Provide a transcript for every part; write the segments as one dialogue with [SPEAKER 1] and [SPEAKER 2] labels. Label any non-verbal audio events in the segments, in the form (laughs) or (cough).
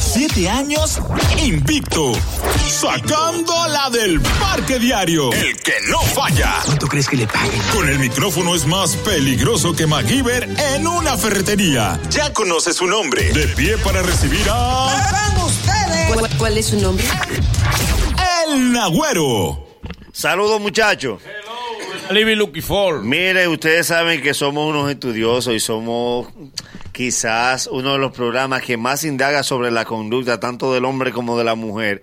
[SPEAKER 1] siete años invicto, sacando la del parque diario. El que no falla.
[SPEAKER 2] ¿Cuánto crees que le paguen?
[SPEAKER 1] Con el micrófono es más peligroso que MacGyver en una ferretería. Ya conoce su nombre. De pie para recibir a...
[SPEAKER 3] ¿Cuál, cuál es su nombre?
[SPEAKER 1] El Nagüero.
[SPEAKER 4] Saludos muchachos.
[SPEAKER 5] Living Lucky Fall.
[SPEAKER 4] Mire, ustedes saben que somos unos estudiosos y somos quizás uno de los programas que más indaga sobre la conducta tanto del hombre como de la mujer.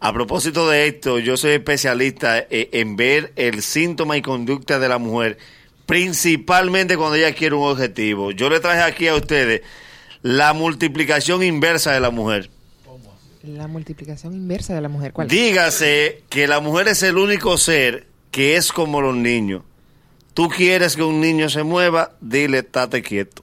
[SPEAKER 4] A propósito de esto, yo soy especialista eh, en ver el síntoma y conducta de la mujer, principalmente cuando ella quiere un objetivo. Yo le traje aquí a ustedes la multiplicación inversa de la mujer.
[SPEAKER 6] La multiplicación inversa de la mujer. ¿Cuál?
[SPEAKER 4] Dígase que la mujer es el único ser que es como los niños. Tú quieres que un niño se mueva, dile, estate quieto.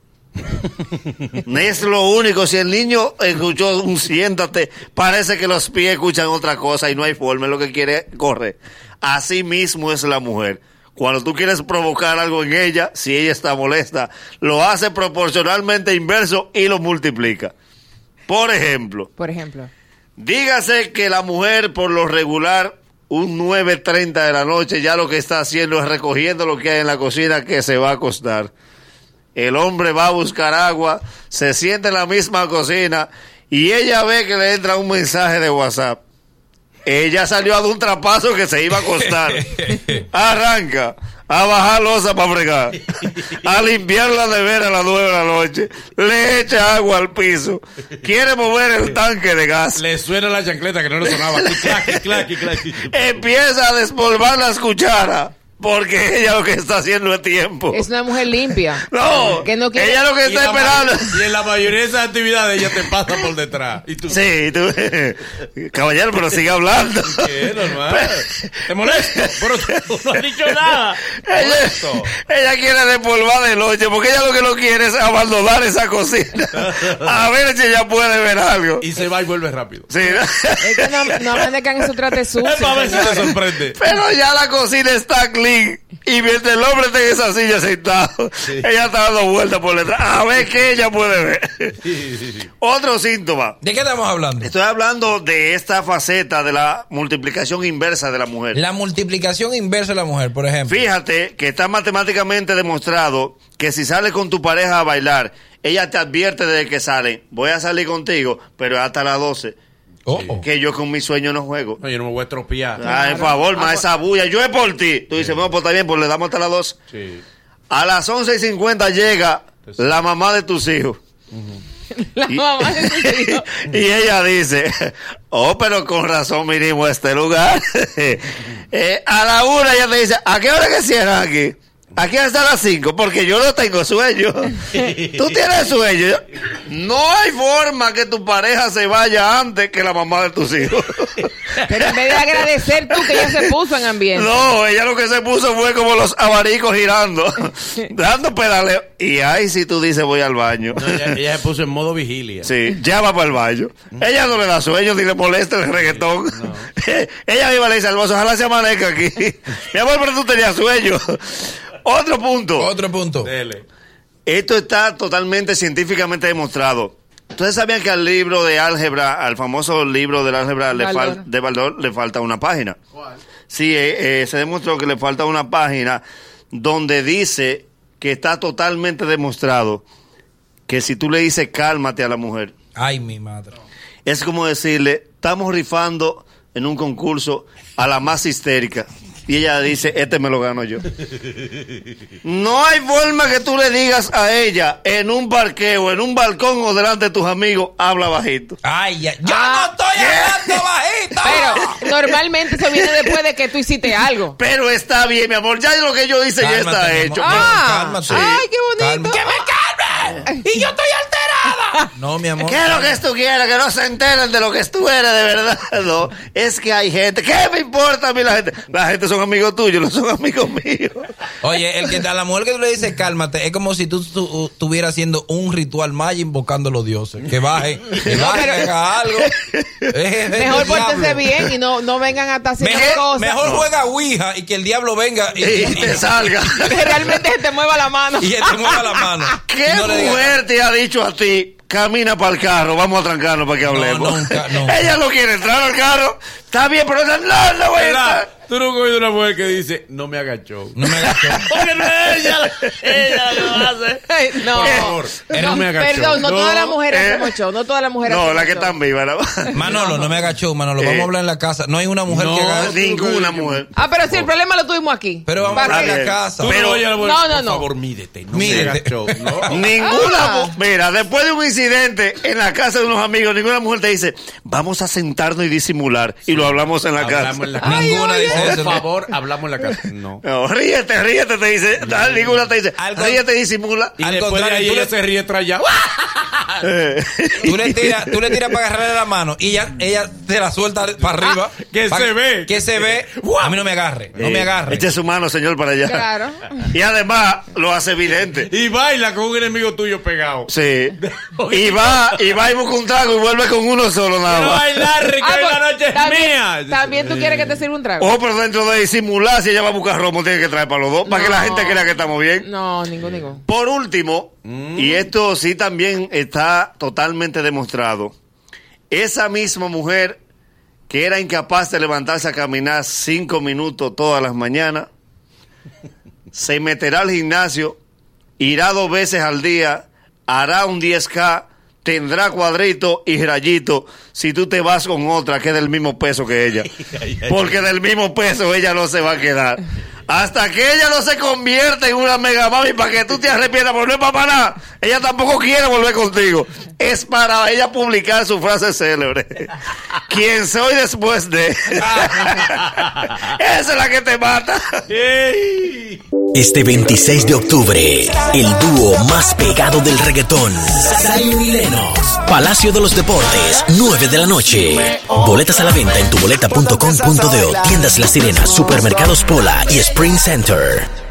[SPEAKER 4] No es lo único. Si el niño escuchó un siéntate, parece que los pies escuchan otra cosa y no hay forma. es Lo que quiere corre. Así mismo es la mujer. Cuando tú quieres provocar algo en ella, si ella está molesta, lo hace proporcionalmente inverso y lo multiplica. Por ejemplo,
[SPEAKER 6] Por ejemplo.
[SPEAKER 4] Dígase que la mujer por lo regular un 9.30 de la noche ya lo que está haciendo es recogiendo lo que hay en la cocina que se va a acostar. El hombre va a buscar agua, se sienta en la misma cocina y ella ve que le entra un mensaje de WhatsApp. Ella salió a dar un trapazo que se iba a acostar. Arranca a bajar losa para fregar, a limpiar la nevera a las nueve de la noche, le echa agua al piso, quiere mover el tanque de gas.
[SPEAKER 5] Le suena la chancleta que no le sonaba. Claqui, claqui, claqui.
[SPEAKER 4] empieza a despolvar las cucharas. Porque (laughs) ella lo que está haciendo es tiempo.
[SPEAKER 6] Es una mujer limpia.
[SPEAKER 4] No,
[SPEAKER 6] Que no quiere-
[SPEAKER 4] ella lo que
[SPEAKER 5] Y
[SPEAKER 4] está
[SPEAKER 5] la ma-
[SPEAKER 4] esperando.
[SPEAKER 5] Y en la mayoría de esas actividades ella te pasa por detrás. Y
[SPEAKER 4] (laughs)
[SPEAKER 5] tú,
[SPEAKER 4] Sí, tú. (laughs) Caballero, pero sigue hablando.
[SPEAKER 5] ¿qué, normal? ¿Te molesta? Pero tú no has dicho nada.
[SPEAKER 4] (laughs) Ella,
[SPEAKER 5] Molesto.
[SPEAKER 4] ella quiere despolvar de noche porque ella lo que no quiere es abandonar esa cocina.
[SPEAKER 5] (laughs)
[SPEAKER 4] A ver si ella puede ver algo.
[SPEAKER 5] Y se va y vuelve rápido. (laughs)
[SPEAKER 4] Sí.
[SPEAKER 6] Es que no, no amanezcan en su trate sucio.
[SPEAKER 5] Es para ver si te
[SPEAKER 6] señores.
[SPEAKER 5] sorprende.
[SPEAKER 4] Pero ya la cocina está clean. Y mientras el hombre está en esa silla sentado, ella está dando vueltas por detrás. A ver qué ella puede ver. Otro síntoma.
[SPEAKER 7] ¿De qué estamos hablando?
[SPEAKER 4] Estoy hablando de esta faceta de la multiplicación inversa de la mujer.
[SPEAKER 7] La multiplicación inversa de la mujer, por ejemplo.
[SPEAKER 4] Fíjate que está matemáticamente demostrado que si sales con tu pareja a bailar, ella te advierte desde que sale, voy a salir contigo, pero hasta las 12,
[SPEAKER 7] Oh, oh.
[SPEAKER 4] que yo con mi sueño no juego.
[SPEAKER 5] No, yo no me voy a estropear.
[SPEAKER 7] Ah.
[SPEAKER 4] Ay, por favor, ma, esa bulla, yo es por ti. Tú dices, bueno, pues está bien, pues le damos hasta las 12.
[SPEAKER 5] Sí.
[SPEAKER 4] A las 11.50 llega la mamá de tus hijos. (laughs)
[SPEAKER 6] La mamá de su hijo.
[SPEAKER 4] y ella dice, oh, pero con razón vinimos a este lugar. (laughs) Eh, a la una ella te dice, ¿a qué hora que cierran aquí? Aquí hasta las cinco, porque yo no tengo
[SPEAKER 6] (laughs)
[SPEAKER 4] sueño. Tú tienes sueño. No hay forma que tu pareja se vaya antes que la mamá de tus hijos.
[SPEAKER 6] Pero en vez de agradecer tú que ya se puso en ambiente.
[SPEAKER 4] No, ella lo que se puso fue como los abanicos girando, dando pedaleo. Y ahí si tú dices voy al baño.
[SPEAKER 5] No, ella, ella se puso en modo
[SPEAKER 4] (laughs)
[SPEAKER 5] vigilia.
[SPEAKER 4] Sí, ya va para el baño. Ella no le da sueño ni le molesta el reggaetón. (laughs) Ella misma le dice al bozo, ojalá se amanezca aquí. (laughs) Mi amor, pero tú tenías sueño. Otro punto.
[SPEAKER 7] Otro punto.
[SPEAKER 5] Dele.
[SPEAKER 4] Esto está totalmente científicamente demostrado. Ustedes sabían que al libro de álgebra, al famoso libro del álgebra le
[SPEAKER 6] Baldor.
[SPEAKER 4] fal- de Baldor, le falta una página. Sí, eh, eh, se demostró que le falta una página donde dice que está totalmente demostrado que si tú le dices cálmate a la mujer,
[SPEAKER 7] Ay, mi madre.
[SPEAKER 4] es como decirle, estamos rifando en un concurso a la más histérica. Y ella dice, este me lo gano yo.
[SPEAKER 7] (laughs)
[SPEAKER 4] No hay forma que tú le digas a ella en un parqueo, en un balcón o delante de tus amigos, habla bajito.
[SPEAKER 7] Ay, ya. Yo
[SPEAKER 6] Ah,
[SPEAKER 7] no estoy hablando bajito.
[SPEAKER 6] Pero normalmente eso viene después de que tú hiciste algo.
[SPEAKER 4] Pero está bien, mi amor, ya lo que yo hice ya
[SPEAKER 7] Cálmate,
[SPEAKER 4] está
[SPEAKER 7] mi amor.
[SPEAKER 4] hecho.
[SPEAKER 6] Ah,
[SPEAKER 7] cálmate.
[SPEAKER 6] ay, qué bonito.
[SPEAKER 7] Cálmate.
[SPEAKER 6] Y yo estoy alterada.
[SPEAKER 7] No, mi amor.
[SPEAKER 4] ¿Qué es lo que tú quieres? Que no se enteren de lo que tú eres, de verdad. (laughs) No, es que hay gente. ¿Qué me importa a mí la gente? La gente son amigos tuyos, no son amigos míos.
[SPEAKER 7] Oye, el que, a la mujer que tú le dices cálmate, es como si tú tu- estuvieras haciendo un ritual maya invocando a los dioses. Que baje, que baje, que haga algo. Eh, Es- es
[SPEAKER 6] Mejor
[SPEAKER 7] el
[SPEAKER 6] pórtense
[SPEAKER 7] diablo.
[SPEAKER 6] bien y no, no vengan hasta haciendo
[SPEAKER 7] Mejor,
[SPEAKER 6] cosas. (laughs)
[SPEAKER 7] eh, mejor juega Ouija y que el diablo venga y,
[SPEAKER 4] Y
[SPEAKER 7] y-
[SPEAKER 4] te salga.
[SPEAKER 7] (laughs)
[SPEAKER 6] Que realmente se te mueva la mano.
[SPEAKER 5] este
[SPEAKER 7] y que te mueva la mano.
[SPEAKER 4] ¿Qué
[SPEAKER 7] Y no le digas-
[SPEAKER 4] mujer te ha dicho a ti? camina para el carro, vamos a trancarnos para que hablemos. (laughs)
[SPEAKER 7] nunca, no.
[SPEAKER 4] Ella no quiere entrar al carro, está bien, pero no, no, no voy a
[SPEAKER 5] ¿Verdad?
[SPEAKER 4] entrar.
[SPEAKER 5] Tú nunca has oído una mujer que dice, no me agachó.
[SPEAKER 7] No me agachó.
[SPEAKER 4] Porque no es ella, (laughs) ella lo hace.
[SPEAKER 6] Ay, no.
[SPEAKER 5] Por favor, no me agachó.
[SPEAKER 6] Perdón, no,
[SPEAKER 5] No,
[SPEAKER 6] todas las mujeres
[SPEAKER 4] eh.
[SPEAKER 6] hacemos show. No todas las mujeres
[SPEAKER 4] No,
[SPEAKER 6] hacemos
[SPEAKER 4] la que
[SPEAKER 6] show.
[SPEAKER 4] están viva, la
[SPEAKER 7] Manolo, no me agachó, Manolo. Vamos
[SPEAKER 4] Eh.
[SPEAKER 7] a hablar en la casa. No hay una mujer
[SPEAKER 5] No.
[SPEAKER 7] que haga eso.
[SPEAKER 4] Ninguna mujer.
[SPEAKER 6] Ah, pero sí, el problema lo tuvimos aquí.
[SPEAKER 7] Pero vamos a
[SPEAKER 6] ¿Para
[SPEAKER 7] hablar
[SPEAKER 6] qué?
[SPEAKER 7] en la
[SPEAKER 4] bien.
[SPEAKER 7] casa.
[SPEAKER 5] Tú
[SPEAKER 4] Pero-
[SPEAKER 5] no, oyes a la mujer,
[SPEAKER 6] No, no,
[SPEAKER 5] por
[SPEAKER 6] no.
[SPEAKER 5] favor, mídete. No
[SPEAKER 7] Mídete.
[SPEAKER 5] me agachó. No.
[SPEAKER 4] Ninguna
[SPEAKER 6] Ah.
[SPEAKER 4] mu- Mira, después de un incidente en la casa de unos amigos, ninguna mujer te dice, vamos a sentarnos y disimular. Y lo hablamos en la
[SPEAKER 5] Hablamos
[SPEAKER 4] casa.
[SPEAKER 5] en la
[SPEAKER 7] Ay, Ninguna oye. dice eso,
[SPEAKER 5] Por
[SPEAKER 7] ¿no?
[SPEAKER 5] favor, hablamos en la casa. No.
[SPEAKER 4] (laughs) No, ríete, ríete, te dice. Ah, Ninguna te dice,
[SPEAKER 7] Algo-
[SPEAKER 4] ríete, disimula.
[SPEAKER 5] Y
[SPEAKER 7] Al
[SPEAKER 5] después de
[SPEAKER 7] contrario,
[SPEAKER 5] ahí
[SPEAKER 7] tú
[SPEAKER 5] ella
[SPEAKER 7] le-
[SPEAKER 5] se ríe tras allá.
[SPEAKER 4] Eh.
[SPEAKER 7] Tú le tiras, tú le tiras para agarrarle la mano y ella, ella te la suelta para arriba.
[SPEAKER 5] que
[SPEAKER 7] Pa-
[SPEAKER 5] se ve.
[SPEAKER 7] Que se ve. A mí no me agarre. No me
[SPEAKER 4] Eh,
[SPEAKER 7] agarre.
[SPEAKER 4] Eche su mano, señor, para allá.
[SPEAKER 6] Claro.
[SPEAKER 4] Y además lo hace evidente.
[SPEAKER 5] Y baila con un enemigo tuyo pegado.
[SPEAKER 4] Sí. Y va, y va y busca un trago y vuelve con uno solo nada
[SPEAKER 5] Quiero
[SPEAKER 4] más.
[SPEAKER 5] bailar,
[SPEAKER 6] Ah,
[SPEAKER 5] Ricardo,
[SPEAKER 6] pues,
[SPEAKER 5] la noche es
[SPEAKER 6] también,
[SPEAKER 5] mía. Oh.
[SPEAKER 6] También tú quieres que te sirva un trago.
[SPEAKER 4] Ojo, pero dentro de disimular, si ella va a buscar romo, tiene que traer para los dos, para que la
[SPEAKER 6] No.
[SPEAKER 4] gente crea que estamos bien.
[SPEAKER 6] No, ningún, ningún.
[SPEAKER 4] Por último, y esto sí también está totalmente demostrado, esa misma mujer que era incapaz de levantarse a caminar cinco minutos todas las mañanas, (laughs) se meterá al gimnasio, irá dos veces al día, hará un 10K, tendrá cuadrito y rayito si tú te vas con otra que es del mismo peso que ella. Porque del mismo peso ella no se va a quedar. Hasta que ella no se convierta en una mega mami para que tú te arrepientas, porque no es para nada. Ella tampoco quiere volver contigo. Es para ella publicar su frase célebre. ¿Quién soy después de? (laughs) Esa es la que te mata.
[SPEAKER 5] Ey.
[SPEAKER 2] Este 26 de octubre, el dúo más pegado del reggaetón, Zion y Lennox, Palacio de los Deportes, 9 de la noche. Boletas a la venta en tuboleta.com.de, tiendas La Sirena, supermercados Pola y Spring Center.